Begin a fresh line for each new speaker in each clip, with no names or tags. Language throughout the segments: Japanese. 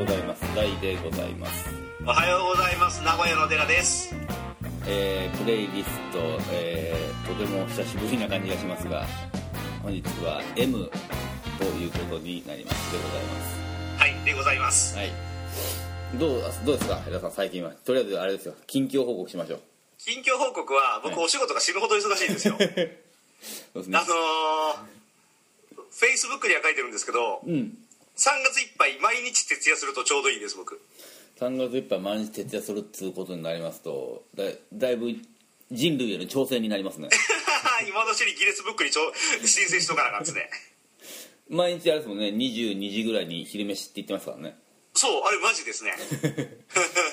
大でございます、
おはようございます名古屋の寺です
えープレイリスト、えーとても久しぶりな感じがしますが本日は M ということになりますでございます
はいでございます
はいどうどうですか平田さん最近はとりあえずあれですよ近況報告しましょう
近況報告は僕
はい
お仕事が死ぬほど忙しいんですよあの
そうですね
ーフェイスブックには書いてるんですけど
うん
3月いっぱい毎日徹夜するとちょうどいいです僕
3月いっぱい毎日徹夜するっつうことになりますとだだいぶ人類への挑戦になり ますね
今のうちにギネスブックにちょ申請しとかなあかんですね
毎日あれですもんね22時ぐらいに昼飯って言ってますからね
そうあれマジですね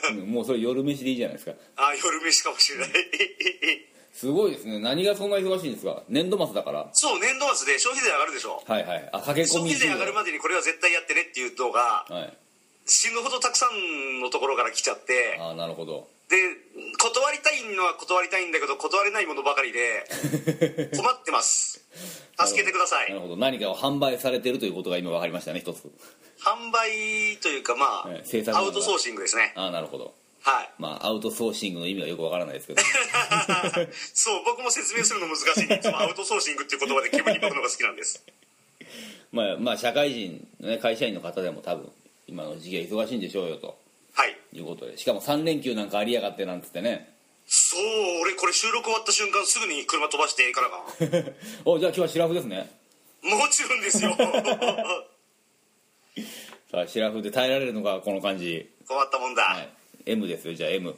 うんもうそれ夜飯でいいじゃないですか
あー夜飯かもしれない
すごいですね何がそんな忙しいんですか年度末だから
そう年度末で消費税上がるでしょ
はいはいあ駆け込
消
み
費税上がるまでにこれは絶対やってねっていう動画
はい
死ぬほどたくさんのところから来ちゃって
ああなるほど
で断りたいのは断りたいんだけど断れないものばかり で困ってます助けてくださ
ないるほど何かを販売されてるということが今分かりましたね一つ
販売というかまあ、
はい制作
ア
の
ウトソーシングですね
ああなるほど
はい
まあアウトソーシングの意味がよく分からないですけど
そう僕も説明するの難しいんでいつもアウトソーシングっていう言葉で煙に巻くのが好きなんです
まあまあ社会人、ね、会社員の方でも多分今の時期は忙しいんでしょうよと
はい
いうことでしかも3連休なんかありやがってなんつってね
そう俺これ収録終わった瞬間すぐに車飛ばしていかなあかん
おじゃあ今日はシラフですね
もちろんで すよ困
さあシラフで耐えられるのかこの感じ
ったもんだ、
はい M ですよじゃあ M
M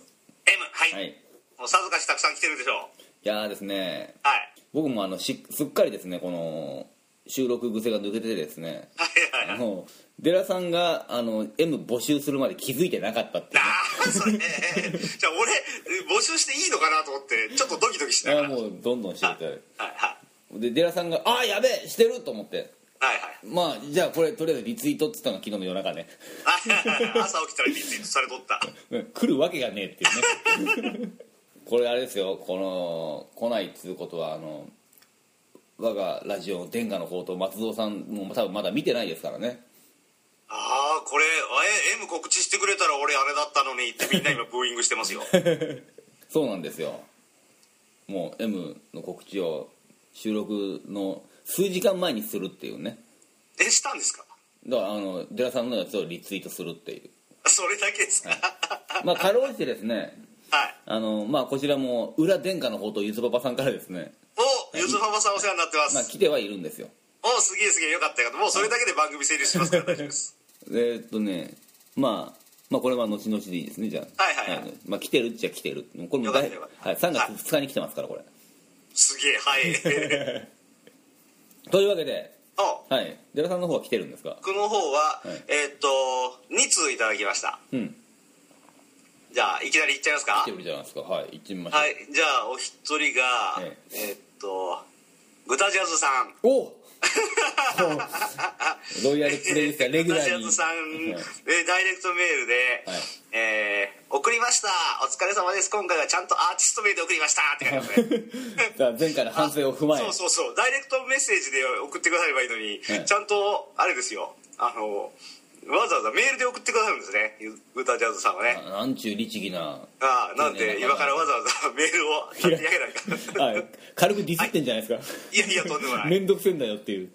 はい、
はいい
もうさぞかしたくさん来てるでしょう
やーですね
はい
僕もあのしすっかりですねこの収録癖が抜けてですね
はいはい
あ
はい
のデラさんがあの M 募集するまで気づいてなかったっていうね
ああそれじゃあ俺募集していいのかなと思ってちょっとドキドキし
い
なが
や
らはい
もうどんどんしていただい
はいはい
てでデラさんが「ああやべえしてる!」と思って
はい
まあじゃあこれとりあえずリツイートっつったの昨日の夜中ね
はい朝起きたらリツイートされとった
うん来るわけがねえっていうね これあれですよこの来ないっつうことはあの我がラジオの殿下の宝刀松蔵さんも多分まだ見てないですからね
ああこれえ M 告知してくれたら俺あれだったのにってみんな今ブーイングしてますよ
そうなんですよもう M の告知を収録の数時間前にするっていうね
えしたんですか
だからあのデラさんのやつをリツイートするっていう
それだけですかは
まあかろうじてですね
い
あのまあこちらも裏殿下の方とゆずパパさんからですね、
おゆずパパさんお世話になってま
まあ、
す
来てはいるんですよ
おすげえすげえよかったよかったもうそれだけで番組成立しますから大丈夫です
えーっとね、まあ、まあこれは後々でいいですねじゃあ
はいはいはい
まあ来てるっちゃ来てるこれもだい
よかった
はい、
よ
3
かった
月2日に来てますからこれ
すげ えはい
というわけで
お
はいデラさんの方は来てるんですか
僕の方は、
はい
えーっと2通いただきました
うん
じゃあいきなりいっちゃいますか
来てるじゃないですかはい行ってみましょう、
はい、じゃあお一人が、
え
えーっとグタジャズさん
お こうロイヤルプレイスがレギュ
グ
ラ
タジ
ー
ャ
に
ズさん、
はい
えーダイレクトメールで、
はい
えー送りましたお疲れ様です今回はちゃんとアーティスト名で送りました」って書いてます ね
さあ前回の反省を踏まえ
そうそうそうダイレクトメッセージで送ってくださればいいのに、
はい
ちゃんとあれですよあのわざわざメールで送ってくださるんですねグタジャズさんはね、
あなんちゅう律儀な、
ああなん
丁寧
で
な
今からわざわざメールを書き上げないか
はい、軽くディスってんじゃないです
いやいやとんでもな
か
い
面倒くせえんだよっていう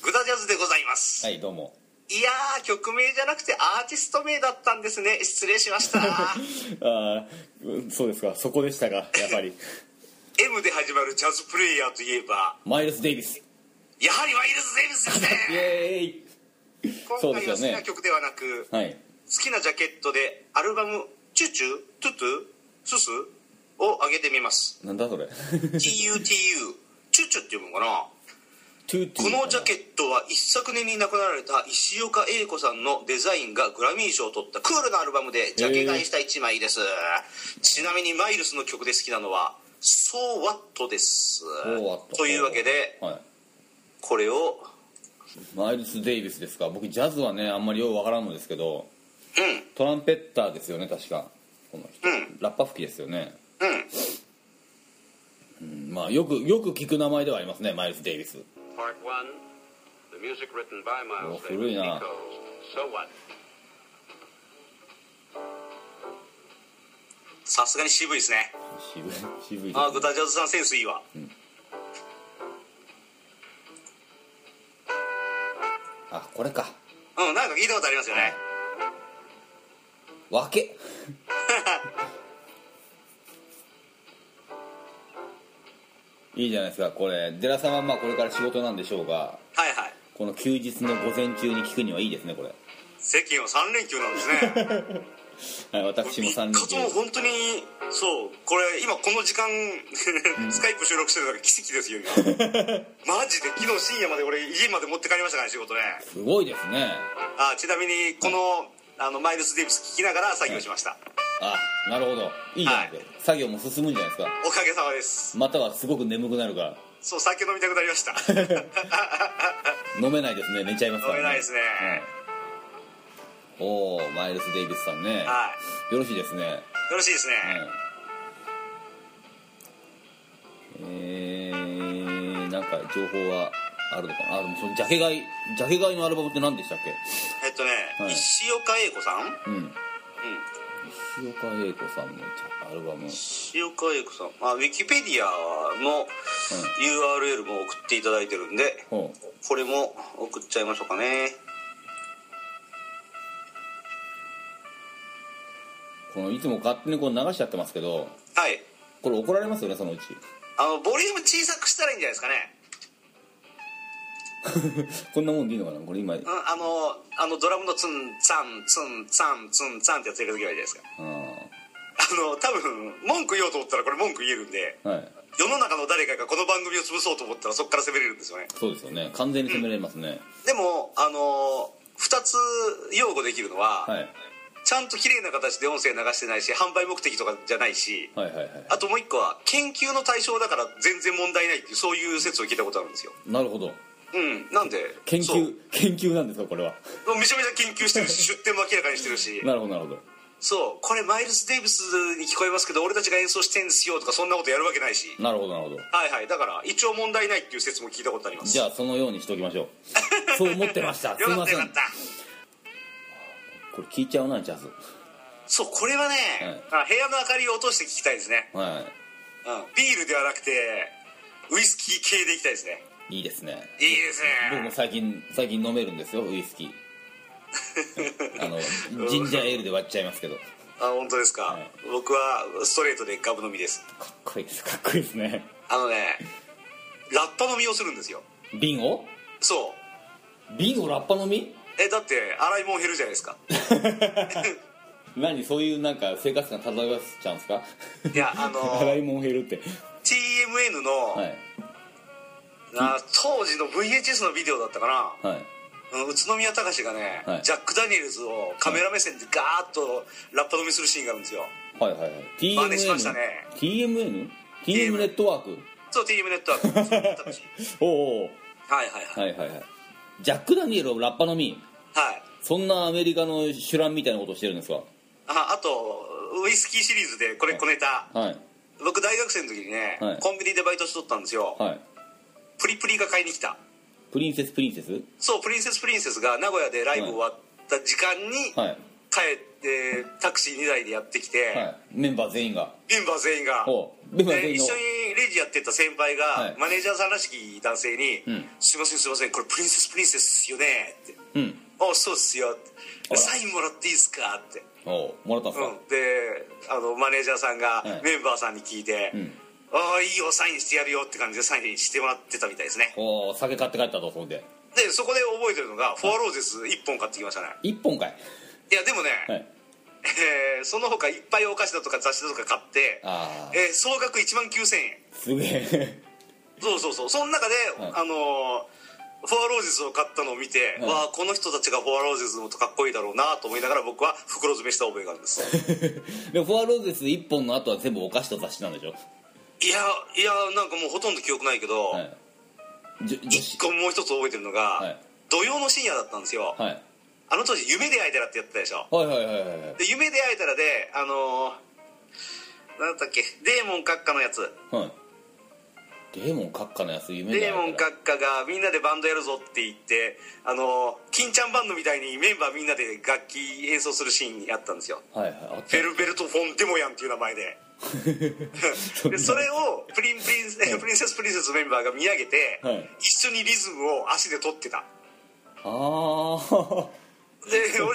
グタジャズでございます、
はいどうも
い、やー曲名じゃなくてアーティスト名だったんですね失礼し ました
あーうんそうですかそこでしたかやっぱり
M で始まるジャズプレイヤーといえば
マイルス・デイビス
やはりワイルズ・デイビスです
イ
ね
エーイそう
今
で
回
す
は
よね
好きな曲ではなく、
はい
好きなジャケットでアルバム「チュチュトゥトゥスス」を上げてみま す
なんだそれ
TUTU チュチュって読むのかな
トゥートゥ
こ
ー
のジャケットは一昨年に亡くなられた石岡英子さんのデザインがグラミー賞を取ったクールなアルバムでジャケ買いした一枚です、ちなみにマイルスの曲で好きなのは「So What」です
So What
というわけで
はい
これを
マイルス・デイビスですか僕ジャズはねあんまりようわからんのですけど
うん
トランペッターですよね確かこの人、
うん
ラッパ吹きですよね
うん
まあよくよく聞く名前ではありますねマイルス・デイビス
Part one, the music written by Miles
Oh, Farina.
Davis. Nico's So what?
さすがに渋いですね
渋い渋いです
ああグタジャズさんセンスいいわ、
あこれか
うんなんか聞いたことありますよね
わけいいじゃないですかこれデラさんはまあこれから仕事なんでしょうが
はいはい
この休日の午前中に聞くにはいいですねこれ、
世間は3連休なんです ね
はい、私も3連
一
休
括も本当にそうこれ今この時間 スカイプ収録してるのが奇跡です よ今マジで昨日深夜まで俺家まで持って帰りましたからね仕事ね
すごいですね
あちなみにこのあのマイルス・デイビス聞きながら作業しました、
あなるほどいいじゃないですか、作業も進むんじゃないですか
おかげさまです
またはすごく眠くなるから
そう酒飲みたくなりました 飲
飲めないですね寝ちゃいますから、ね、
めないですね、
うんおおマイルス・デイビスさんね
は
よろしいですね
いよろしいですね、
うんえー、なんか情報はあるのかなあでもそのジャケ買いジャケ買いのアルバムって何でしたっけ
えっとね、
はい
石岡英子さん、うん、
うん石岡英子さんのジャアルバム
石岡英子さんあウィキペディアの URL も送っていただいてるんで
ほう
これも送っちゃいましょうかね
このいつも勝手にこう流しちゃってますけど
はい
これ怒られますよねそのうち
あのボリューム小さくしたらいいんじゃないですかね、
こんなもんでいいのかなこれ今
うん、あのあのドラムのツンツァンツンツァンツンツァンってやつ入れとけばいいじゃないですか
あ
あの多分文句言おうと思ったらこれ文句言えるんで
ーはい
世の中の誰かがこの番組を潰そうと思ったらそこから攻めれるんですよね
そうですよね完全に攻められますね、
でもあの2つ擁護できるのは、
はい、
ちゃんと綺麗な形で音声流してないし販売目的とかじゃないし
はいはいはい
あともう一個は研究の対象だから全然問題ないっていうそういう説を聞いたことあるんですよ
なるほど
うんなんで
研
そう
究研究なんですかこれは
もうめちゃめちゃ研究してるし出店も明らかにしてるし
なるほどなるほど
そうこれマイルス・デイビスに聞こえますけど俺たちが演奏してんですよとかそんなことやるわけないし
なるほどなるほど
はいはいだから一応問題ないっていう説も聞いたことあります
じゃあそのようにしておき ましょうそう思ってましたす
よ
い
かっ
ま
た
せ
よ
ん
かった
これ聞いちゃうなジャズ
そうこれはね、あ部屋の明かりを落として聞きたいですね、
は
うん、ビールではなくてウイスキー系でいきたいですね
いいいですね
いいです
僕も
ね
最近最近飲めるんですよウイスキーあの ジンジャーエールで割っちゃいますけどか
あ本当ですか、
はい
僕はストレートでガブ飲みです
っこいいですかっこいいですね
あのねラッパ飲みをするんですよ
瓶を
そう
瓶をラッパ飲み
えだって洗い物減るじゃないですか
何そういうなんか生活感漂わせちゃうんですか
いやあ の
洗い物減るって
TMN の、
はい
あ当時の VHS のビデオだったかな
はい
うん宇都宮隆がね、
はい
ジャック・ダニエルズをカメラ目線でガーッとラッパ飲みするシーンがあるんですよ
はいはいはい
真似しましたね
TMN?TMN? TM ネットワーク
そう TM ネットワーク
おうおう
はいはいは
は
い、
いはいはいジャック・ダニエルをラッパ飲み
はい、
そんなアメリカの酒乱みたいなことしてるんですか
ああとウイスキーシリーズでこれ小ネタ、
はい
僕大学生の時にね、
はい
コンビニでバイトしとったんですよ、
はい
プリプリが買いに来た
プリンセスプリンセス
そうプリンセスプリンセスが名古屋でライブ終わった時間に
はい
帰ってタクシー2台でやってきて、
はいメンバー全員が
メンバー全員が
おうメンバー
で
全員
一
の
緒にレジやってた先輩が、
はい
マネージャーさんらしき男性に「
うん
すいませんすいませんこれプリンセスプリンセスっすよね」って
うん
「あそうっすよ」って「
ら
サインもらっていいですか?」って、
おうもらったんです
う
か、
ん、であのマネージャーさんが
はい
メンバーさんに聞いて「
ん
ああいいよサインしてやるよ」って感じでサインしてもらってたみたいですね
おお酒買って帰ったとそんで
でそこで覚えてるのがフォアローゼス1本買ってきましたね
1本かい
いやでもね、
はい
えーその他いっぱいお菓子だとか雑誌だとか買って、
ああ
えー総額1万9000円
すげえ
そうそうそうその中で、
はい
あのーフォアローゼスを買ったのを見て、
はい
わあこの人たちがフォアローゼスのとかっこいいだろうなと思いながら僕は袋詰めした覚えがあるんです
でフォアローゼス1本の後は全部お菓子と雑誌なんでしょ
いやいやなんかもうほとんど記憶ないけど、
はいじゅ女
一
子
個もう一つ覚えてるのが、
はい
土曜の深夜だったんですよ、
はい
あの当時「夢で会えたら」ってやってたでしょ
はいはいはいはいはい
で夢で会えたらであのー、なんだったっけデーモン閣下のやつ
はいデーモン閣下のやつ夢だ
デ
よ
ーモン閣下がみんなでバンドやるぞって言ってあの金ちゃんバンドみたいにメンバーみんなで楽器演奏するシーンにあったんですよ
はいはいあっ
フェルベルト・フォン・デモヤンっていう名前 ででそれをプリンプリンスえプリンセス・プリンセスメンバーが見上げて、
はい
一緒にリズムを足で取ってた
た あ
で俺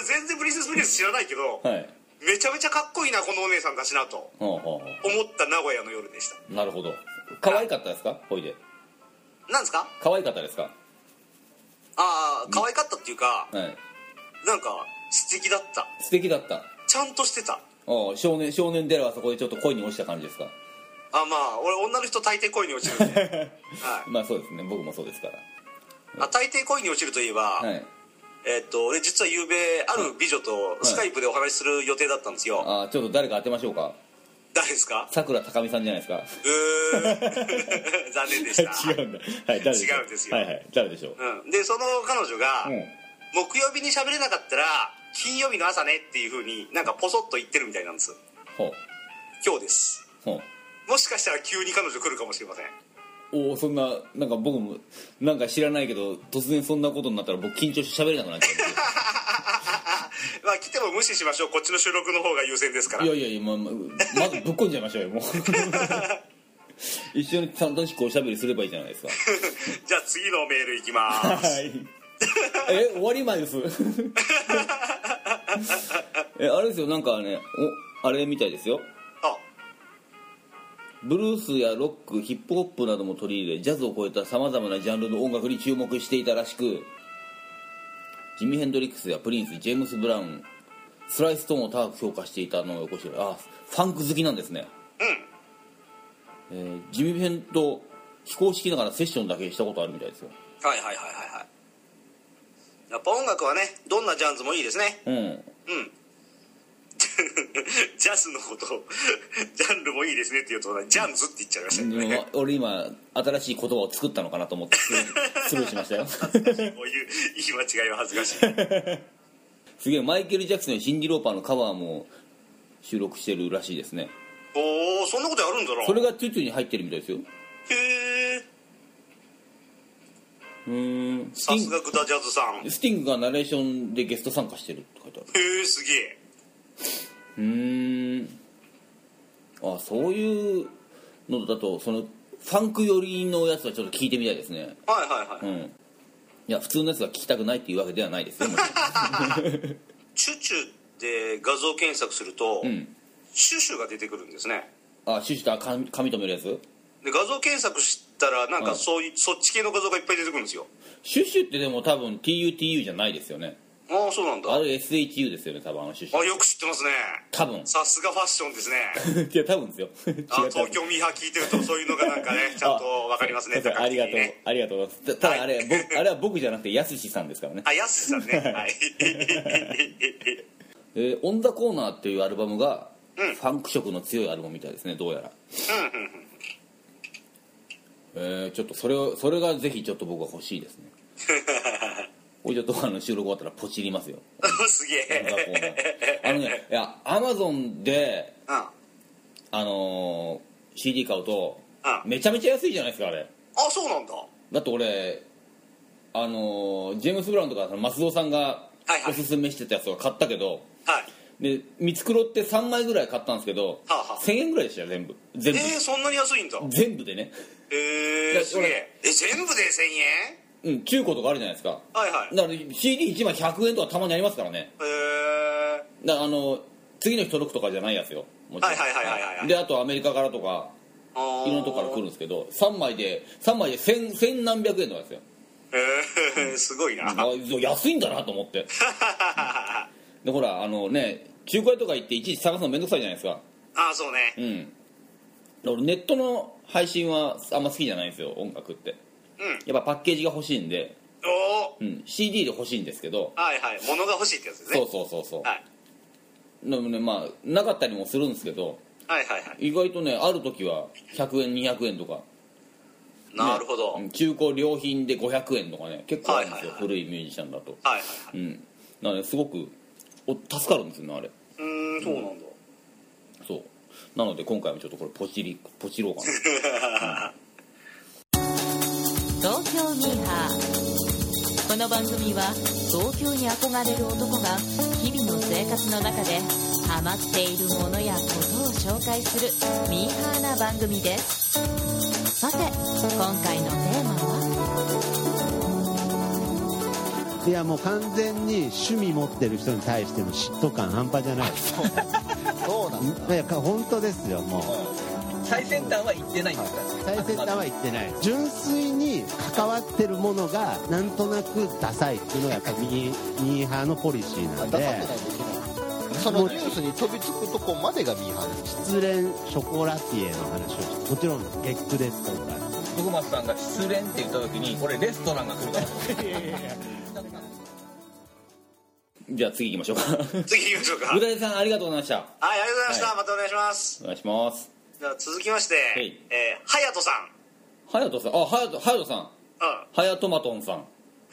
全然プリンセス・プリンセス知らないけど
あはい
めちゃめちゃかっこいいなこのお姉さんたちなと
ほうほうほ
思った名古屋の夜でした
うなるほど可愛かったですかほいで
なんですか
可愛かったですか
ああ可愛かったっていうか
はい
なんか素敵だった
素敵だった
ちゃんとしてた
おう少年少年デラはそこでちょっと恋に落ちた感じですか
あまあ俺女の人大抵恋に落ちるんで、はい、
まあそうですね僕もそうですから
あ大抵恋に落ちるといえば、
はい
えっと俺実は昨夜ある美女とスカイプでお話しする予定だったんですよ、
ああちょっと誰か当てましょうか
誰ですか
さくらたかみさんじゃないですか
うーん 残念でした、
違うんだはい誰でしょ
違うんですよ
はいはい誰でしょう
うん、でその彼女が、
うん
木曜日に喋れなかったら金曜日の朝ねっていうふうになんかポソッと言ってるみたいなんです
ほう
今日です
ほう
もしかしたら急に彼女来るかもしれません
おおそんななんか僕もなんか知らないけど突然そんなことになったら僕緊張して喋れなくなっちゃうんですよ
まあ来ても無視しましょうこっちの収録の方が優先ですか ら
いやいやいや、まあまあまずぶっこんじゃいましょうよもう一緒に楽しくおしゃべりすればいいじゃないですか
じゃあ次のメールいき ます
はいえ終わり前です えあれですよなんかねおあれみたいですよ
あ
ブルースやロックヒップホップなども取り入れジャズを超えたさまざまなジャンルの音楽に注目していたらしくジミ・ヘンドリックスやプリンスジェームス・ブラウンスライストーンを高く評価していたのをよこしてるあファンク好きなんですねうん、えージミ・ヘンと非公式ながらセッションだけしたことあるみたいですよ
はいはいはいはいはいやっぱ音楽はねどんなジャンズもいいですね
うん
うんジャズのことをジャンルもいいですねって言うとジャンズって言っちゃいましたけど
で
ね
も 俺今新しい言葉を作ったのかなと思ってスルースルーしま したよ
こういう言い間違いは恥ずかしいへ
すげえマイケル・ジャクソンやシンディ・ローパーのカバーも収録してるらしいですね
おおそんなことやるんだ
そ
ろ
れがチュチュに入ってるみたいですよ
へえ
うーんステ
さ
ィ
す
ング
がグダジャズさんへ
スティングがナレーションでゲスト参加してるって書いてある
えすげえ
うーんあそういうのだとそのファンク寄りのやつはちょっと聞いてみたいですね
はいはいはい、
うんいや普通のやつは聞きたくないっていうわけではないですよもち
チュチュで画像検索すると、
ろんうん
シュシュが出てくるんですね
あシュシュとあ髪髪留めるやつ
で画像検索したらなん
は
か
い
そういう、そっち系の画像がいっぱい出てくるんですよ
シュシュってでも多分 TUTU じゃないですよね
ああそうなんだ
あれ SHU ですよね多分あのシュシュ
あよく知ってますね
多 分
さすがファッションです ね
いや多分ですよ違う
あ
多分
東京ミーハー聞いてるとそういうのがなんかねちゃんとわかりますね
そうそうありがとう、
ね
ありがとうございますたただあれ,、僕あれは僕じゃなくてやすしさんですからね
あやすさんね はい
「えーオン・ザ・コーナー」っていうアルバムが、ファンク色の強いアルバムみたいですねどうやら、えーちょっとそれをそれがぜひちょっと僕は欲しいですねこれちょっとあの収録終わったらポチりますよ
すげ
オン・ザ・コ
え
ーナーあのねいやアマゾンで
うんあ
あのー CD 買うと
うん
めちゃめちゃ安いじゃないですかあれ
そうなんだは
だって俺あのージェームス・ブラウンとかその松尾さんが
はいはい
おすすめしてたやつを買ったけど、
い
でミツクロって3枚ぐらい買ったんですけど、
はあはあ
1000円ぐらいでしたよ全部
え
全部、
ー、そんなに安いんだ
全部でね、
へ
だ
え
って
すげええ全部で1000円
うん、中古とかあるじゃないですか
はいはい
だから CD1 枚100円とかたまにありますからね
へえ
だからあの次の日届くとかじゃないやつよも
はいはいはいはいはいはい
であとアメリカからとか
あー
いろんなとこから来るんですけど3枚で3枚で千千何百円とかですよ
へ えすごいな
あそう安いんだなと思ってでほらあのね中古屋とか行っていちいち探すのめんどくさいじゃないですか
ああそうね
うん俺ネットの配信はあんま好きじゃないんですよ音楽って
うん
やっぱパッケージが欲しいんで、
おお
うん、CD で欲しいんですけど
はいはい物が欲しいってやつですね
そうそうそうそう
はい
でもねまあなかったりもするんですけど
はいはいはい
意外とねある時は100円200円とか、ね
なるほど、
うん中古良品で500円とかね結構あるんですよ、
はいはいはい
古いミュージシャンだと
はいはいはい
うんなのですごくお助かるんですよねあれ
うーんそうなんだ
そうなので今回もちょっとこれポチりポチろうかな
東京ミーハーこの番組は東京に憧れる男が日々の生活の中でハマっているものやことを紹介するミーハーな番組ですさて今回のテーマはい
やもう完全に趣味持ってる人に対しての嫉妬感半端じゃない
そうなんだ
いやか本当ですよもう
最先端は行ってないんですから
最先端は言ってない純粋に関わってるものがなんとなくダサいっていうのがやっぱミーミーハーのポリシーな
あ
ん
出さ
で
せないといけないそのニュースに飛びつくとこまでがミーハーです
失恋ショコラティエの話をしてもちろん月9です今回
徳松さんが失恋って言った時に俺レストランが来るから
じゃあ次行きましょうか
次行きましょうかは
う
い
だりさんありがとうございました
ありがとうございました、またお願いします
お願いします
じゃあ続きまして
い
えー、隼人さん
はやとさんあはやとはやとさん
うん
はやとまとんさん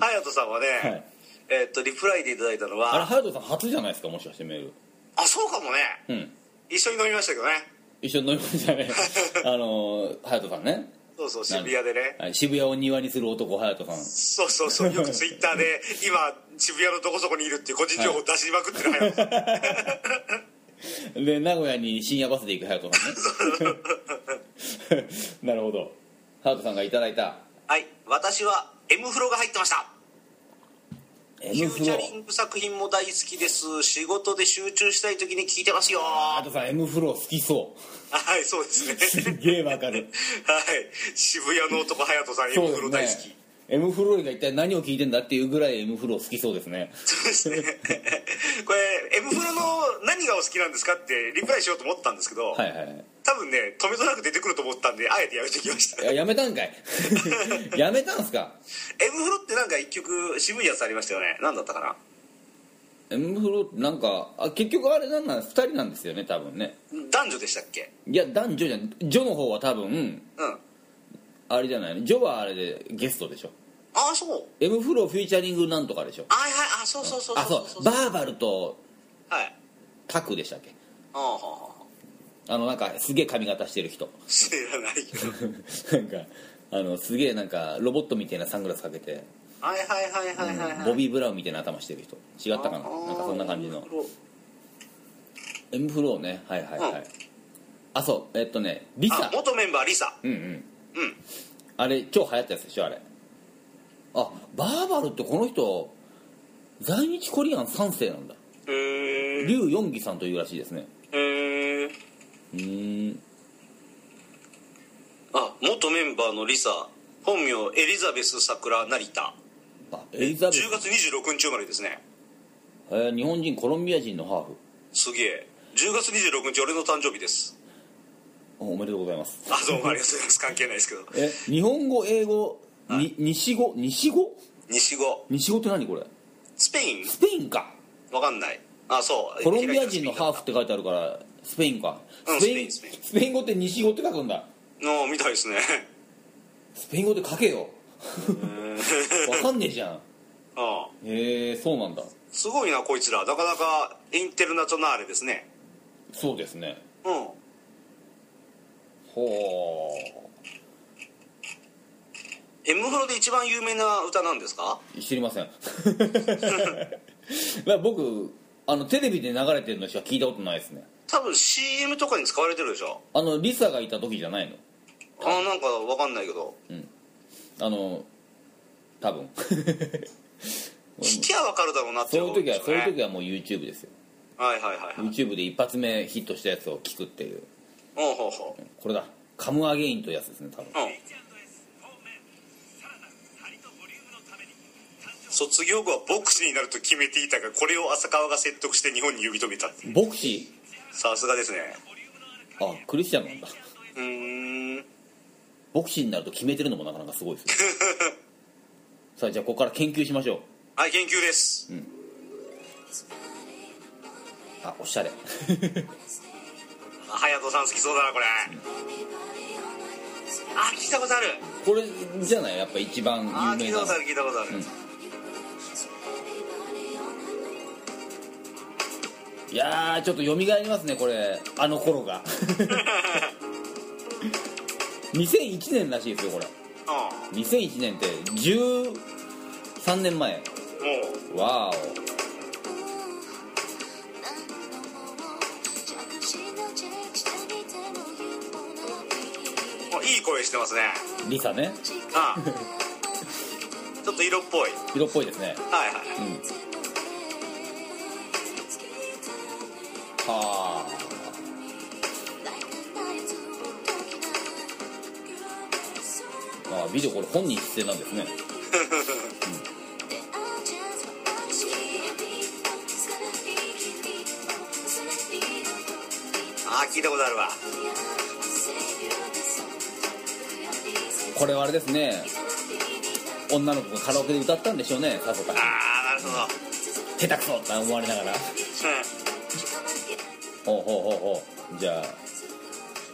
隼人さんはね、
はい
えーっとリプライでいただいたの
あれ
は
はやとさん初じゃないですかもしかしてメール
あそうかもね
うん
一緒に飲みましたけどね
一緒に飲みました ねあのはやとさんね
そうそう渋谷でね
はい渋谷を庭にする男はやとさん
そうそう そうよくツイッターで今渋谷のどこそこにいるっていう個人情報出しまくってる隼 人さん
で名古屋に深夜バスで行く隼 人さんねなるほど隼人さんがいただいた
はい私は M フロが入ってましたフ
M
ュ
フ
ーチ
ロ
ャリング作品も大好きです仕事で集中したい時に聞いてますよは
隼人さん M フロ好きそう
いそうですね
す げえわかる
はい渋谷の男隼人さん M フ
そ
ロ
うで
大好
す
き
ね M フロイが一体何を聞いてんだっていうぐらい M フロ好きそうですね
そうですね これ M フロの何がお好きなんですかってリプライしようと思ったんですけど、
はいはい
多分ね止めとなく出てくると思ったんであえてやめてきました
いややめたんか いやめたんすか
M フロってなんか一曲渋いやつありましたよね何だったかな
M フロなんかあ結局あれなんなん2人なんですよね多分ね
男女でしたっけ
いや男女じゃん女の方は多分
うん
あれじゃないの女はあれでゲストでしょ
ああそう
M フロフューチャリングなんとかでしょ
はいはいあそうそうそう
あ
そう
そうバーバルと
はい
タクでしたっけ
ああはあはあ
あのなんかすげえ髪型してる人
知らないよ
なんかあのすげえなんかロボットみたいなサングラスかけて
はいはいはいはいはい、はい
ボビー・ブラウンみたいな頭してる人違ったかななんかそんな感じの M フローねはいはいはい、
うん
あそうえっとねリ
あ
サ
元メンバーリサ
うんうん
うん
あれ超流行ったやつでしょあれあバーバルってこの人在日コリアン3世なんだ
へ
劉ヨンギさんというらしいですね
え
うーん
あ元メンバーのリサ本名エリザベス桜成田
あエリザベス
10、月26日生まれですね
えー日本人コロンビア人のハーフ
すげえ10月26日俺の誕生日です
おおめでとうございます
あどうもありがとうございます関係ないですけど
え日本語英語に西語西語
西語
西語って何これ
スペイン
スペインか
わかんないあそう
コロンビア人のハーフって書いてあるからスペインか
うん
スペイン
スペインス
スペイン語って西語って書くんだ
のみたいですね
スペイン語で書けよ わかんねえじゃん
ああ
へえそうなんだ
すごいなこいつらなかなかインテルナショナーレですね
そうですね
うん
ほ
M フロで一番有名な歌なんですか
う知りません まあ僕あのテレビで流れてるのしか聞いたことないですね
多分 CM とかに使われてるでしょ
あのリサがいた時じゃないの
あーなんかわかんないけど
あの多 分
聞きゃわかるだろうなって
そういう時はそういう
ね
時はもう YouTube ですよ
はいはいはいはい
YouTube で一発目ヒットしたやつを聞くっていう
ほうほうほう
これだカムアゲインというやつですね多分
うん卒業後はボクシーになると決めていたがこれを浅川が説得して日本に呼び止めた
ボクシ
さすがですね
ーあクリスチャンなんだ
うーん
ボクシーになると決めてるのもなかなかすごいですよさあじゃあここから研究しましょう
はい研究です
あおしゃれ
あ隼人さん好きそうだなこれあ聞いたことある
これじゃないやっぱ一番
あ
有名
聞い
な
たことある聞いたことある、
うんいやーちょっとよみがえりますねこれあの頃が2001年らしいですよこれ
あう
2001年って13年前
んもう
わー
あいい声してますね
おリサね
あちょっと色っぽい
色っぽいですね
はいはい
はああビデオこれ本人出演なんですね
あー聞いたことあるわ
これはあれですね女の子がカラオケで歌ったんでしょうねさぞかし
ああなるほど、
下手くそって思われながら
う
ほうほうほうほうじゃあ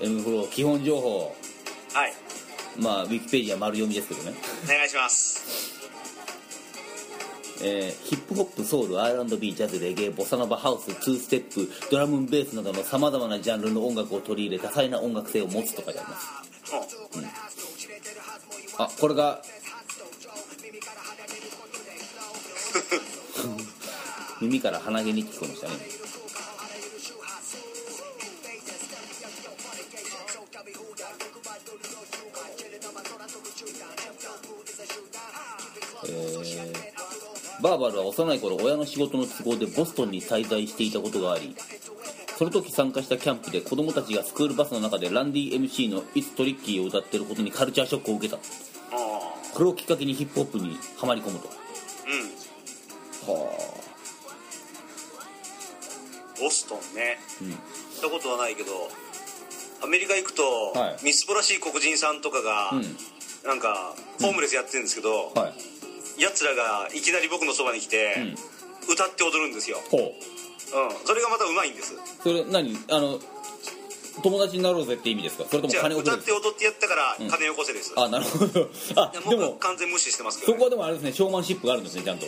M フロー基本情報
ん、はい
まあウィキペディア丸読みですけどね、
お願いします
えーヒップホップソウル R&B ジャズレゲエボサノバハウスツーステップドラムベースなどのさまざまなジャンルの音楽を取り入れ多彩な音楽性を持つと書いてあります
うん
あこれが 耳から鼻毛に聞こえましたねえーバーバルは幼い頃親の仕事の都合でボストンに滞在していたことがありその時参加したキャンプで子供たちがスクールバスの中でランディ MC の「It's Tricky」を歌ってることにカルチャーショックを受けた
あ
これをきっかけにヒップホップにはまり込むと
ーうん
は
ボストンね、
ん
行ったことはないけどアメリカ行くと、
はい
みすぼらしい黒人さんとかが、
うん
なんかホームレスやってるんですけど、
はい
やつらがいきなり僕のそばに来て、歌って踊るんですよ、
ほう
うん、それがまたうまいんです
それ何あの友達になろうぜって意味ですかそれとも
じゃあ
金をく
歌
れ
っ
る
て踊ってやったから
ん
金よこせです、
あなるほどあ
で
で
僕は
も
完全無視してますけ
そ
ど、
こ
ね、
はでもあれですねショーマンシップがあるんですねちゃんと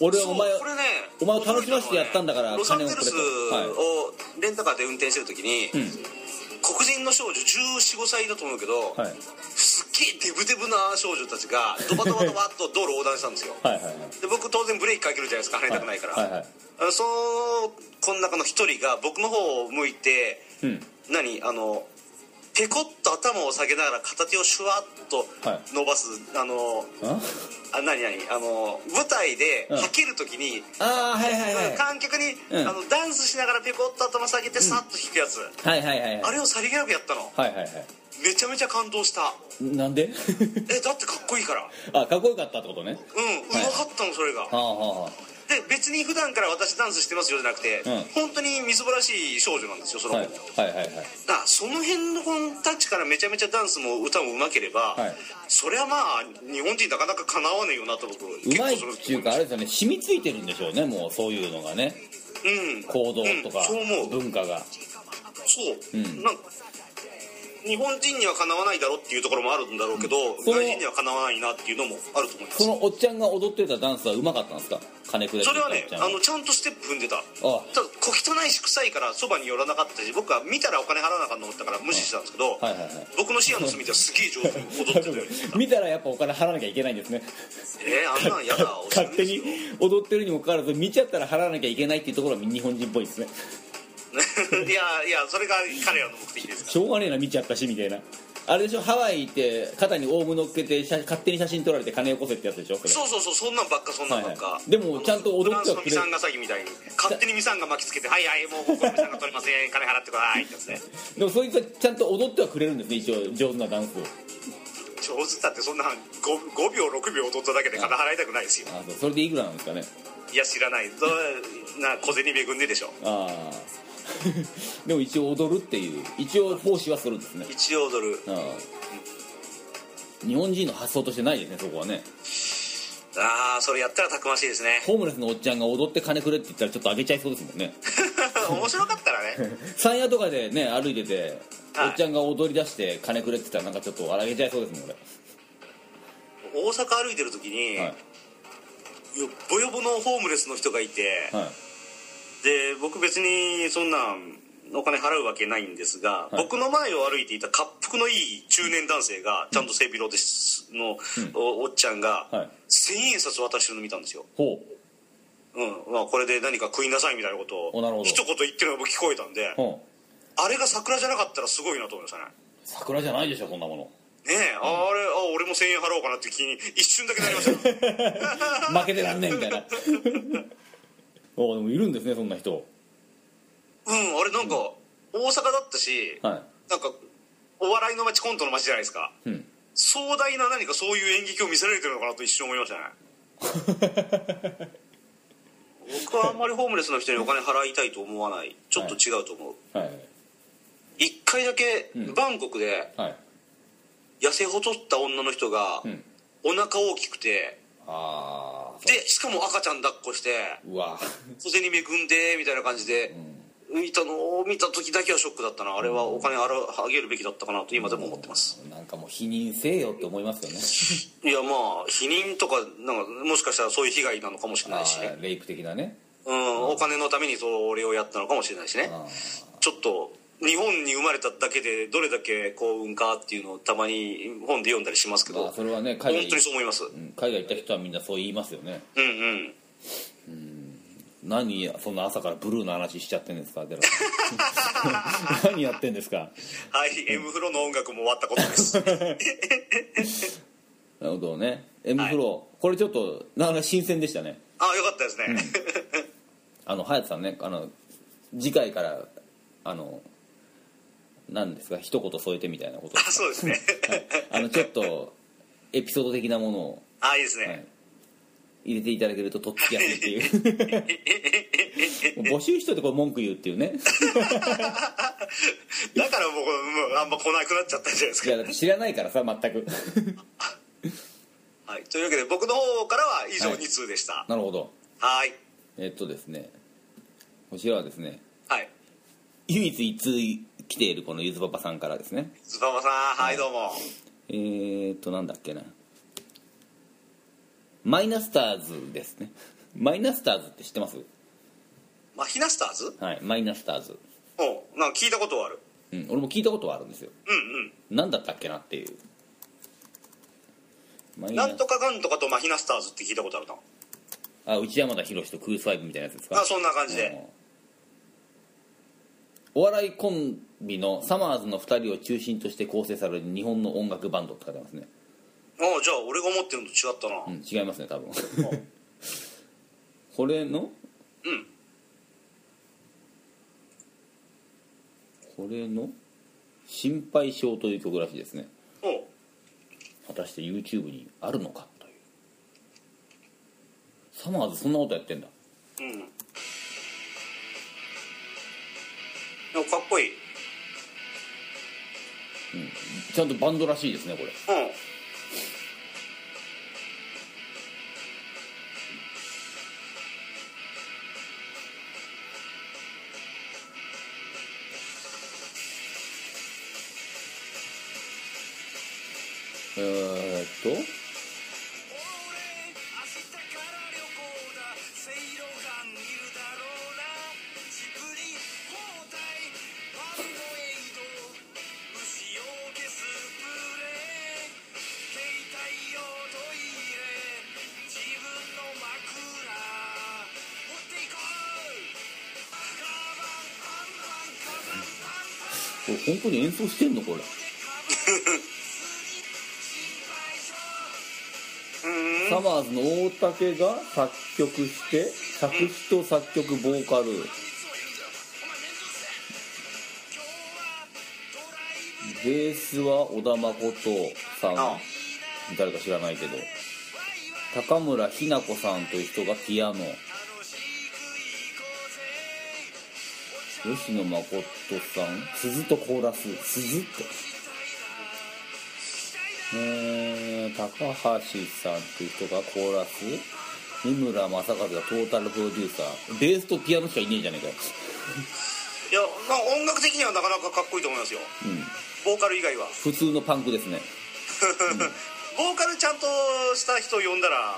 俺はお前
そうこれね
お前を楽しませてやったんだから
ロサンゼルス
金を
をレンタカーで運転してる時に、
ん
黒人の少女1415歳だと思うけど、
はい
すっげえデブデブな少女たちがドバドバドバっと道路を横断したんですよ
はいはいはい
で僕当然ブレーキかけるじゃないですか跳ねたくないから、
はいはい
あのそのこの中の一人が僕の方を向いて
うん
何あのペコッと頭を下げながら片手をシュワッと
はい
伸ばす、あの
あ
あ何何あの舞台で
うん
はける時に、
あーはいはいはいはい
観客に、
うん
あのダンスしながらペコッと頭下げてさっと引くやつ、
はいはいはい
あれをさりげなくやったの
はいはいは
めちゃめちゃ感動した
いなんで
えだってかっこいいから
あかっこよかったってことね
うんうまかったのそれが、
はあはあは
で別に普段から私ダンスしてますよじゃなくて、
うん
本当にみすぼらしい少女なんですよそ
あ
の子、
はいはいはいはい
だからその辺の子たちからめちゃめちゃダンスも歌もうまければ、
はい
それはまあ日本人なかなかかなわねえよなと僕
うまいっ
それ
ていうかあれですよね染みついてるんでしょうねもうそういうのがね
うん
行動とか
うんそう思う
文化が
そう、
うん
なんか日本人にはかなわないだろうっていうところもあるんだろうけど、
その
外人にはかなわないなっていうのもあると思います
そのおっちゃんが踊ってたダンスはうまかったんですか金くれ
それはね
おっちゃん
あのちゃんとステップ踏んでた
あ
ただ小汚いし臭いからそばに寄らなかったし僕は見たらお金払わなかったと思ったから無視したんですけど、
はいはいはい
僕の視野の隅ではすげえ上手に踊ってたよね
見たらやっぱお金払わなきゃいけないんですね
えー、あんなんやだおし ゃ
勝
れ
手
です
に
よ
踊ってるにもかかわらず見ちゃったら払わなきゃいけないっていうところは日本人っぽいですね
いやいやそれが彼らの目的ですか
しょうがねえな見ちゃったしみたいなあれでしょハワイ行って肩にオウム乗っけて写勝手に写真撮られて金よこせってやつでしょそ
ら
れ
そうそうそうそんなんばっかそんなんばっか、
はいはいでもちゃんと踊っては
フランスの
くれ
ミサンガ詐欺みたいに勝手にミサンガ巻きつけて「はいはいもうここのミサンガ取りません金払ってください」ってやつね
でもそいつはちゃんと踊ってはくれるんですね一応上手なダンスを
上手だってそんな 5, 5秒6秒踊っただけで金払いたくないですよ
あそうそれでいくらなんですかね
いや知らないどな小銭恵んででしょ
ああ でも一応踊るっていう一応奉仕はするんですね
一応踊る
ああ日本人の発想としてないですねそこはね
ああそれやったらたくましいですね
ホームレスのおっちゃんが踊って金くれって言ったらちょっとあげちゃいそうですもんね
面白かったら ね
山屋とかでね歩いてて
はい
おっちゃんが踊り出して金くれって言ったらなんかちょっとあげちゃいそうですもん俺
大阪歩いてる時に、
はい
よっぼよぼのホームレスの人がいて、
はい
で僕別にそんなんお金払うわけないんですが、僕の前を歩いていた恰幅のいい中年男性がちゃんと背広ですの、おおっちゃんが、
はい
千円札渡してるの見たんですよ、
ほう
うんまあ、これで何か食いなさいみたいなこと
おなるほ
を
ど
一言言ってるのが僕聞こえたんで
ほう
あれが桜じゃなかったらすごいなと思いましたね
桜じゃないでしょこんなもの
ねえ、ああれあ俺も1000円払おうかなって気に一瞬だけなりましたよ
負けてらんねえみたいな おでもいるんですねそんな人
うんあれなんか大阪だったし
は
なんかお笑いの街コントの街じゃないですか
い、うん、
壮大な何かそういう演劇を見せられてるのかなと一瞬思いましたね僕はあんまりホームレスの人にお金払いたいと思わないちょっと違うと思う
はい
一、回だけ
うん
バンコクで
はい
痩せ細った女の人が
うん
お腹大きくて
ああ
でしかも赤ちゃん抱っこして
うわ
小銭恵んでみたいな感じで浮いたのを見た時だけはショックだったなあれはお金あらあげるべきだったかなと今でも思ってます
なんかもう否認せえよって思いますよね
いやまあ否認とかなんかもしかしたらそういう被害なのかもしれ
あ
ないしね
ーレイプ的なね
うんお金のためにそれをやったのかもしれないしね
あ
ちょっと日本に生まれただけでどれだけ幸運かっていうのをたまに本で読んだりしますけ
ーま
ど
あそれはね海
本
外
当にそう思いますう
うん海外行った人はみんなそう言いますよね
んうん
何そんな朝からブルーの話しちゃってんですかデラさ ん何やってんですか
はい M フロの音楽も終わったことです
なるほどね M フロー、これちょっとなかなか新鮮でしたね
ああよかったですね、
あの隼人さんねあの次回からあの何ですか一言添えてみたいなこと
あそうですね
あのちょっとエピソード的なものを、
あいいですね、
はい入れていただけるととっつきやすいっていう募集しといてこれ文句言うっていうね
だから僕もうあんま来なくなっちゃったんじゃないです
い
か
やだって知らないからさ全く
はい、というわけで僕の方からは以上
はい
2通でした
なるほど
はい
えっとですねこちらはですね
はい
唯一一通来ているこのゆずパパさんからですね
ズババさんはいどうも
えー、っとなんだっけなマイナスターズですねマイナスターズって知ってます
マヒナスターズ
はいマイナスターズ、
おうなんか聞いたことはある
うん、俺も聞いたことはあるんですよ
うん
何だったっけなっていうマ
う
イ
ん
ナ
なんとかかんとかとマヒナスターズって聞いたことあるな
あ内山田博とクースワイブみたいなやつですか
あそんな感じで
うんお笑いコンビのサマーズの2人を中心として構成される日本の音楽バンドって書いてますね、
ああじゃあ俺が思ってるのと違ったな、
うん、違いますね多分 これの
うん
これの「心配性」という曲らしいですね
おう
果たして YouTube にあるのかというサマーズそんなことやってんだ
うんでもかっこいい
ちゃんとバンドらしいですねこれ
うん
えー、っとこれ本当に演奏してんのこれサマーズの大竹が作曲して作詞と作曲ボーカルベースは小田誠さ
あ
ん誰か知らないけど高村ひな子さんという人がピアノ吉野誠さん鈴とコーラス鈴ってえー高橋さんっていう人がコーラス三村正和がトータルプロデューサーベースとピアノしかいねえじゃねえかよ
いやなんか音楽的にはなかなかかっこいいと思いますよ
うん
ボーカル以外は
普通のパンクですね
ボーカルちゃんとした人を呼んだら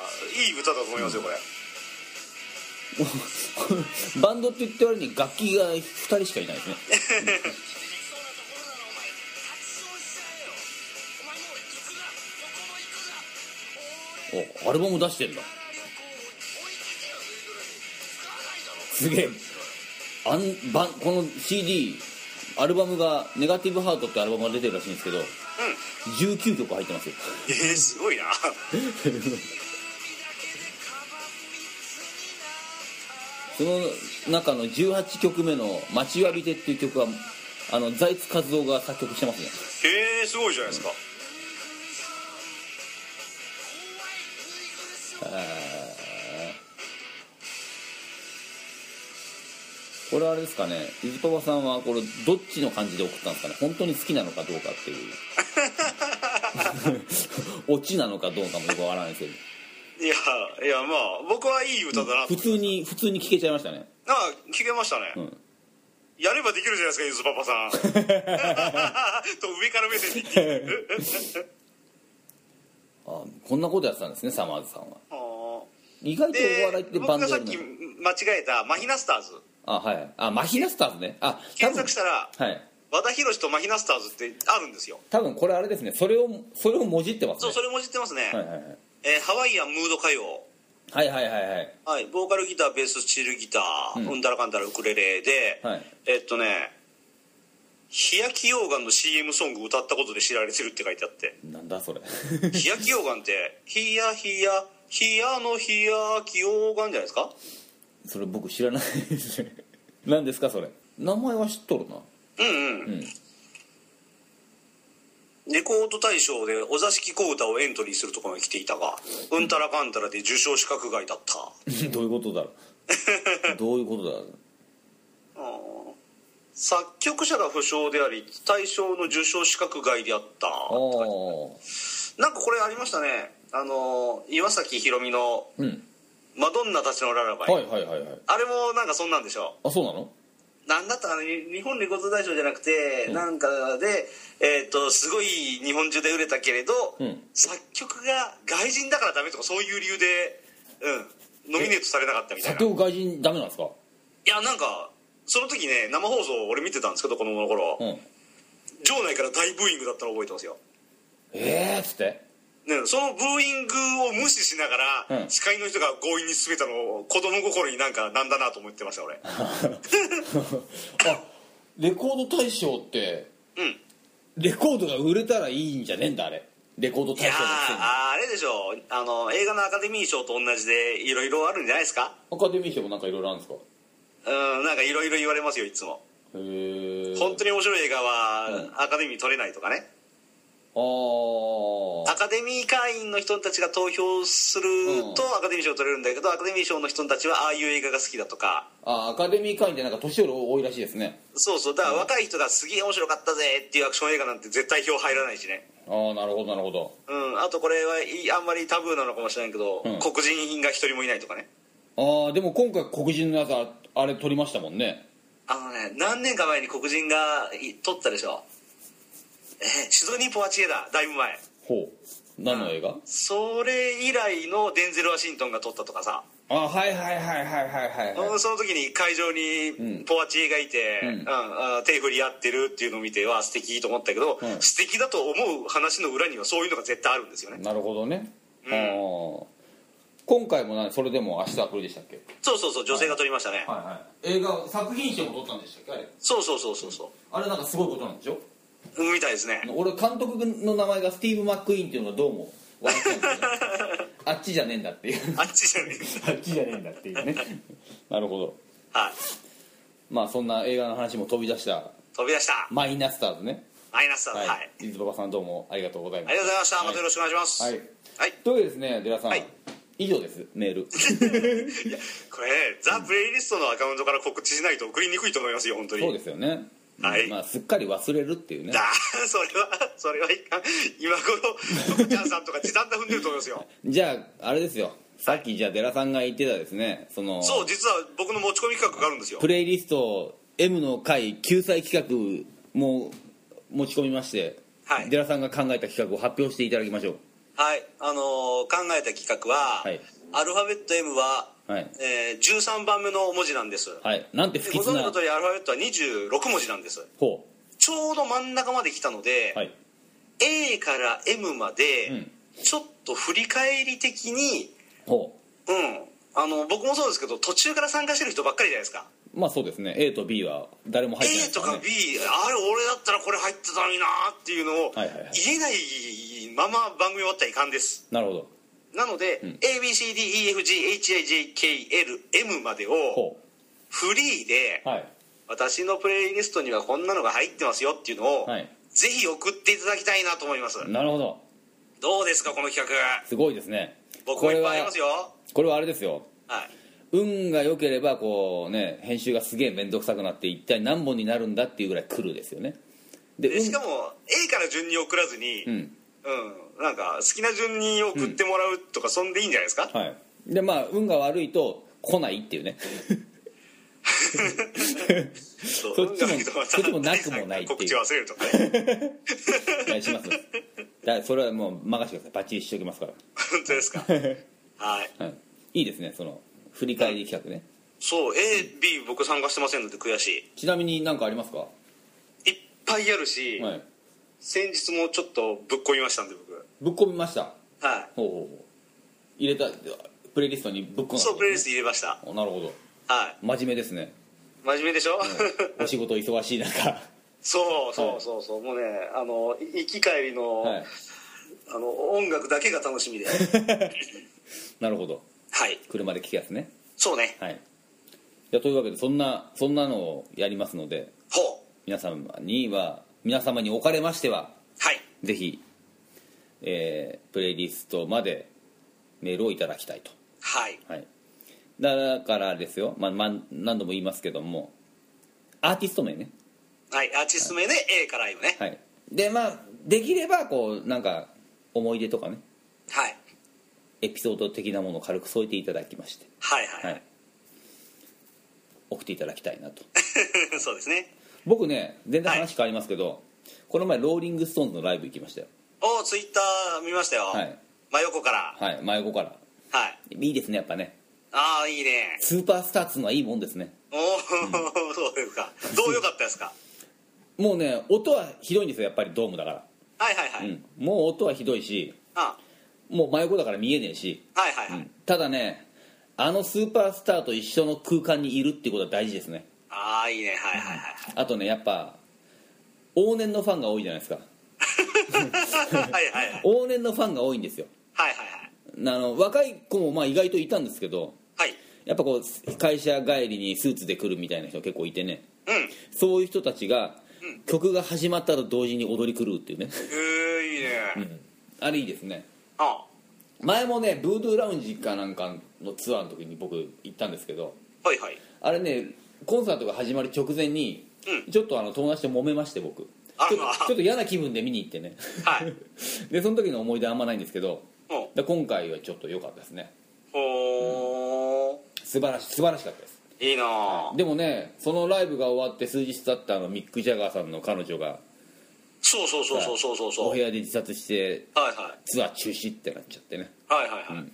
いい歌だと思いますよこれ、
バンドって言って割に楽器が2人しかいないですねおアルバム出してんだすげえあんばんこの CD アルバムが「ネガティブハート」ってアルバムが出てるらしいんですけど、19曲入ってますよ
えー、すごいな
その中の18曲目の「待ちわびて」っていう曲はあの財津和夫が作曲してますね
えー、すごいじゃないですか
これあれですかねゆずパパさんはこれどっちの感じで送ったんですかね本当に好きなのかどうかっていう オチなのかどうかもよくわからないですけど
いやいやまあ僕はいい歌だな、
普通に普通に聞けちゃいましたね
なあ聞けましたね、
うん
やればできるじゃないですかゆずパ パさんと上から目線で言って
あこんなことやってたんですねサマーズさんは
あー
意外とお笑いって
で
バ
僕
ンドや
がさっ
る
き
ね
間違えたマヒナスターズ
あはいあマヒナスターズねあ多
検
分
索したら
はい
和田博とマヒナスターズってあるんですよ
多分これあれですねそれをそれをもじってます
そ
ね
うそれも知ってますね、
はいはいはい
えーハワイアンムード歌謡
はいはいはいはい
はい、ボーカルギターベーススチールギター、
うん
うんだらかんだらウクレレで、
はい
えっとね日焼き溶岩の CM ソング歌ったことで知られてるって書いて あって
なんだそれ
日焼き溶岩って「ひやひやひやの日焼き溶岩」じゃないですか
それ僕知らないですね何ですかそれ名前は知っとるな
うんうん、レコード大賞でお座敷小唄をエントリーするところに来ていたがうんたらかんたらで受賞資格外だった
どういうことだろう どういうことだろう
作曲者が不詳であり大賞の受賞資格外であった
あ
なんかこれありましたねあのー岩崎宏美の
あうん
「マドンナたちのララバイ」
はいはいはいはい
あれもなんかそんなんでしょ
あそうなの
なんだったかなに日本レコード大賞じゃなくて、なんかで、えっとすごい日本中で売れたけれど、
うん
作曲が外人だからダメとかそういう理由で、うん、ノミネートされなかったみたい
作
ない
曲外人ダメなんですか
やなんかその時ね生放送俺見てたんですけど子供の頃、
うん
場内から大ブーイングだったの覚えてますよ、
ええー、っつって
ね、そのブーイングを無視しながら、
うん
司会の人が強引に進めたのを子供心になんかなんだなと思ってました俺
あレコード大賞って
うん
レコードが売れたらいいんじゃねえんだあれレコード
い
大
やー
賞のくせに
あれでしょあの映画のアカデミー賞と同じでいろいろあるんじゃないですか
アカデミー賞もなんかいろいろあるんですか
うんなんかいろいろ言われますよいつも
へえ
本当に面白い映画
う
はアカデミー取れないとかね
あ
アカデミー会員の人たちが投票する
うん
とアカデミー賞取れるんだけどアカデミー賞の人たちはああいう映画が好きだとか
ああアカデミー会員ってなんか年寄り多いらしいですね
そうそうだから若い人がすげえ面白かったぜっていうアクション映画なんて絶対票入らないしね
ああなるほどなるほど
うんあとこれはいいあんまりタブーなのかもしれないけど、
うん
黒人が一人もいないとかね
ああでも今回黒人のやつああれ取りましたもんね
あのね何年か前に黒人がい撮ったでしょえーシドニー・ポワチエだだいぶ前
ほう何の映画、
それ以来のデンゼル・ワシントンが撮ったとかさ、
あはいはいはいはいはいはいはい
うんその時に会場
うん
にポワチエがいて、
うん
うんあ手振り合ってるっていうのを見ては素敵と思ったけど、
うん
素敵だと思う話の裏にはそういうのが絶対あるんですよね
なるほどね、
うん
あー今回もなそれでも明日はこれでしたっけ
そうそうそう女性が撮りましたね、
はいはい映画作品賞も取ったんでしたっけあれ
そうそうそうそうそ
あれなんかすごいことなんでしょ
ううんみたいですね
俺監督の名前がスティーブ・マック・イーンっていうのがどうも笑っちゃうんだよねあっちじゃねえんだっていう
あっちじゃねえ
あっちじゃねえんだっていうね なるほど
はい
まあそんな映画の話も飛び出した
飛び出した
マイナスターズね
マイナスだは、
はいい伊豆パパさんどうもありがとうござい
あ
ま
り
し
がとうございましたまたよろしくお願いします
たはい
はい
というわけでですねデラさん、
はい
以上ですメール
これザ・プレイリストのアカウントから告知しないと送りにくいと思いますよ本当に
そうですよね、
はい
まあ、すっかり忘れるっていうね
だ それはそれはいかん今頃徳ちゃんさんとか時短だ踏んでると 思いますよ
じゃああれですよさっきじゃあデラさんが言ってたですねその
そう実は僕の持ち込み企画があるんですよ
プレイリスト M の回救済企画も持ち込みまして、
はい
デラさんが考えた企画を発表していただきましょう
はいあのー考えた企画は、
はい
アルファベット M は
はい
えー13番目の文字なんです
はいなんて
で
不
ご
吉
存知
な
の通りアルファベットは26文字なんです
ほ
ちょうど真ん中まで来たので、
うはい
A から M ま
う
で
ん
ちょっと振り返り的に
ほ
うんあの僕もそうですけど途中から参加してる人ばっかりじゃないですか
うまあそうですね A と B は誰も入ってない
A
です
と
から
か
ね
B あれ俺だったらこれ入ってたのになーっていうのを
はいはいはい
言えないまま番組終わったらいかんです
なるほど
なので、
ん
ABCDEFGHIJKLM までを
ほ
フリーで
うはい
私のプレイリストにはこんなのが入ってますよっていうのを、
はい
ぜひ送っていただきたいなと思います
なるほど
どうですかこの企画
すごいですね
僕もいっぱいあり
は
ますよ
これはあれですよ
はい
運が良ければこうね編集がすげえ面倒くさくなって一体何本になるんだっていうぐらい来るですよねで
で
運
しかも A から順に送らずに
う
うん、
ん
なんか好きな順に送ってもらうとか、そんでいいんじゃないですか
はいでまあ運が悪いと来ないっていう ね
そ
そっちもそっちもなくもないっていう
告知を忘れるとかね
お願いしますだからそれはもう任せてくださいバッチリしておきますから
本当 ですかはい
はい、いいですねその振り返り企画ね、
そう AB 僕参加してませんので悔しい
ちなみに何かありますか、
いっぱいあるし、
はい、
先日もちょっとぶっ込みましたんで僕
ぶっ込みました
は
ほうほうほう入れたプレイリストにぶっ込んだ
いそうプレイリスト入れました
トなるほど
はい
真面目です ね
真面目でしょ
お仕事忙しい中
そうそうそうそうもうねあのい行き帰りの,、
はい
あの音楽だけが楽しみで
なるほど
はい
車で聞くやつね
そうね
はいじゃあというわけでそんなそんなのをやりますので
ほう
皆様には皆様におかれましては
はい
ぜひ、えープレイリストまでメールをいただきたいと
はい
はい、だからですよ、まあまあ、何度も言いますけどもアーティスト名ね、
はいアーティスト名で A から M ね
はい、でまあできればこうなんか思い出とかね
はい
エピソード的なものを軽く添えていただきまして、
はいは、
はいい、送っていただきたいなと
そうですね
僕ね全然話変わりますけど、この前ローリング・ストーンズのライブ行きましたよ
おツイッター見ましたよ、
はい、
真横から
はい、真横から
はい
いいですねやっぱね
ああいいね
スーパースターっつうのはいいもんですね
おお、そうですかどう良かったですか
もうね音はひどいんですよやっぱりドームだから、
はいはいはい、
うん、もう音はひどいし
あ
もう真横だから見えねえし
はいはいはい、
ただねあのスーパースターと一緒の空間にいるってことは大事ですね
ああいいねはいはいはい
あとねやっぱ往年のファンが多いじゃないですか
はいはいはい
往年のファンが多いんですよ
はい
あの若い子もまあ意外といたんですけど
はい
やっぱこう会社帰りにスーツで来るみたいな人結構いてね
はいうん
そういう人たちが曲が始まったと同時に踊り狂うっていうね
えー、いいね、
あれいいですね
あ
前もねブードゥーラウンジかなんかのツアーの時に僕行ったんですけど
はいはい
あれねコンサートが始まる直前に、
う
ちょっとあの友達と揉めまして僕ちょ
あ
っと
まあ
ちょっと嫌な気分で見に行ってね
はい
でその時の思い出あんまないんですけど
も
で今回はちょっと良かったですね
うほ
素晴らし素晴らしかったです
ーいいなあ
でもねそのライブが終わって数日経ったあのミック・ジャガーさんの彼女が
そうそうそうそうそうそう
お
そう
部屋で自殺して
はいはい
ツアー中止ってなっちゃってね
はいはいはい、
ん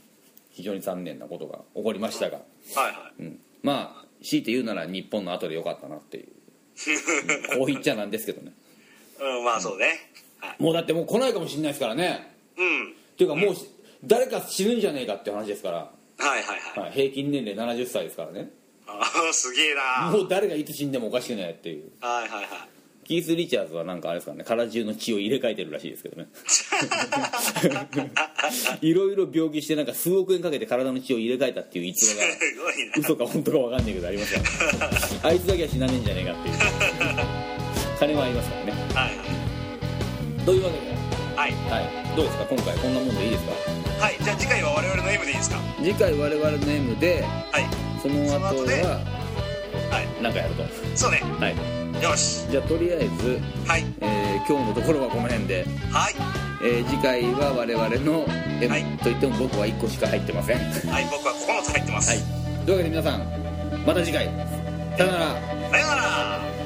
非常に残念なことが起こりましたが、
はいはい
うん、まあ強いて言うなら日本の後で良かったなっていう、うんこう言っちゃなんですけどね
うんまあそうねはい
もうだってもう来ないかもしれないですからね
うん
っていうかもうし誰か死ぬんじゃねえかって話ですから、
はいはいはい、
はい平均年齢70歳ですからね
ああすげえな
もう誰がいつ死んでもおかしくないっていう
はいはいはい
キース・リチャーズはなんかあれですからね体中の血を入れ替えてるらしいですけど ねいろいろ病気してなんか数億円かけて体の血を入れ替えたっていう逸話が
すごいな
嘘か本当か分かんないけどあり ますからあいつだけは死なねえんじゃねえかっていう金はありますからね
はい
というわけで、
はい
は
はい
い、どうですか今回こんなもんでいいですか
はいじゃあ次回は我々の M でいいですかは
次回我々の M で
い
その
その
後
後で
は
はい
なんかやると
そうね
はい
よし
じゃあとりあえず、
はい
えー今日のところはこの辺で、
はい
えー次回は我々の M、
はい
といっても僕は1個しか入ってませんはい
はい僕は9つ入ってます、
というわけで皆さんまた次回さよなら
さようなら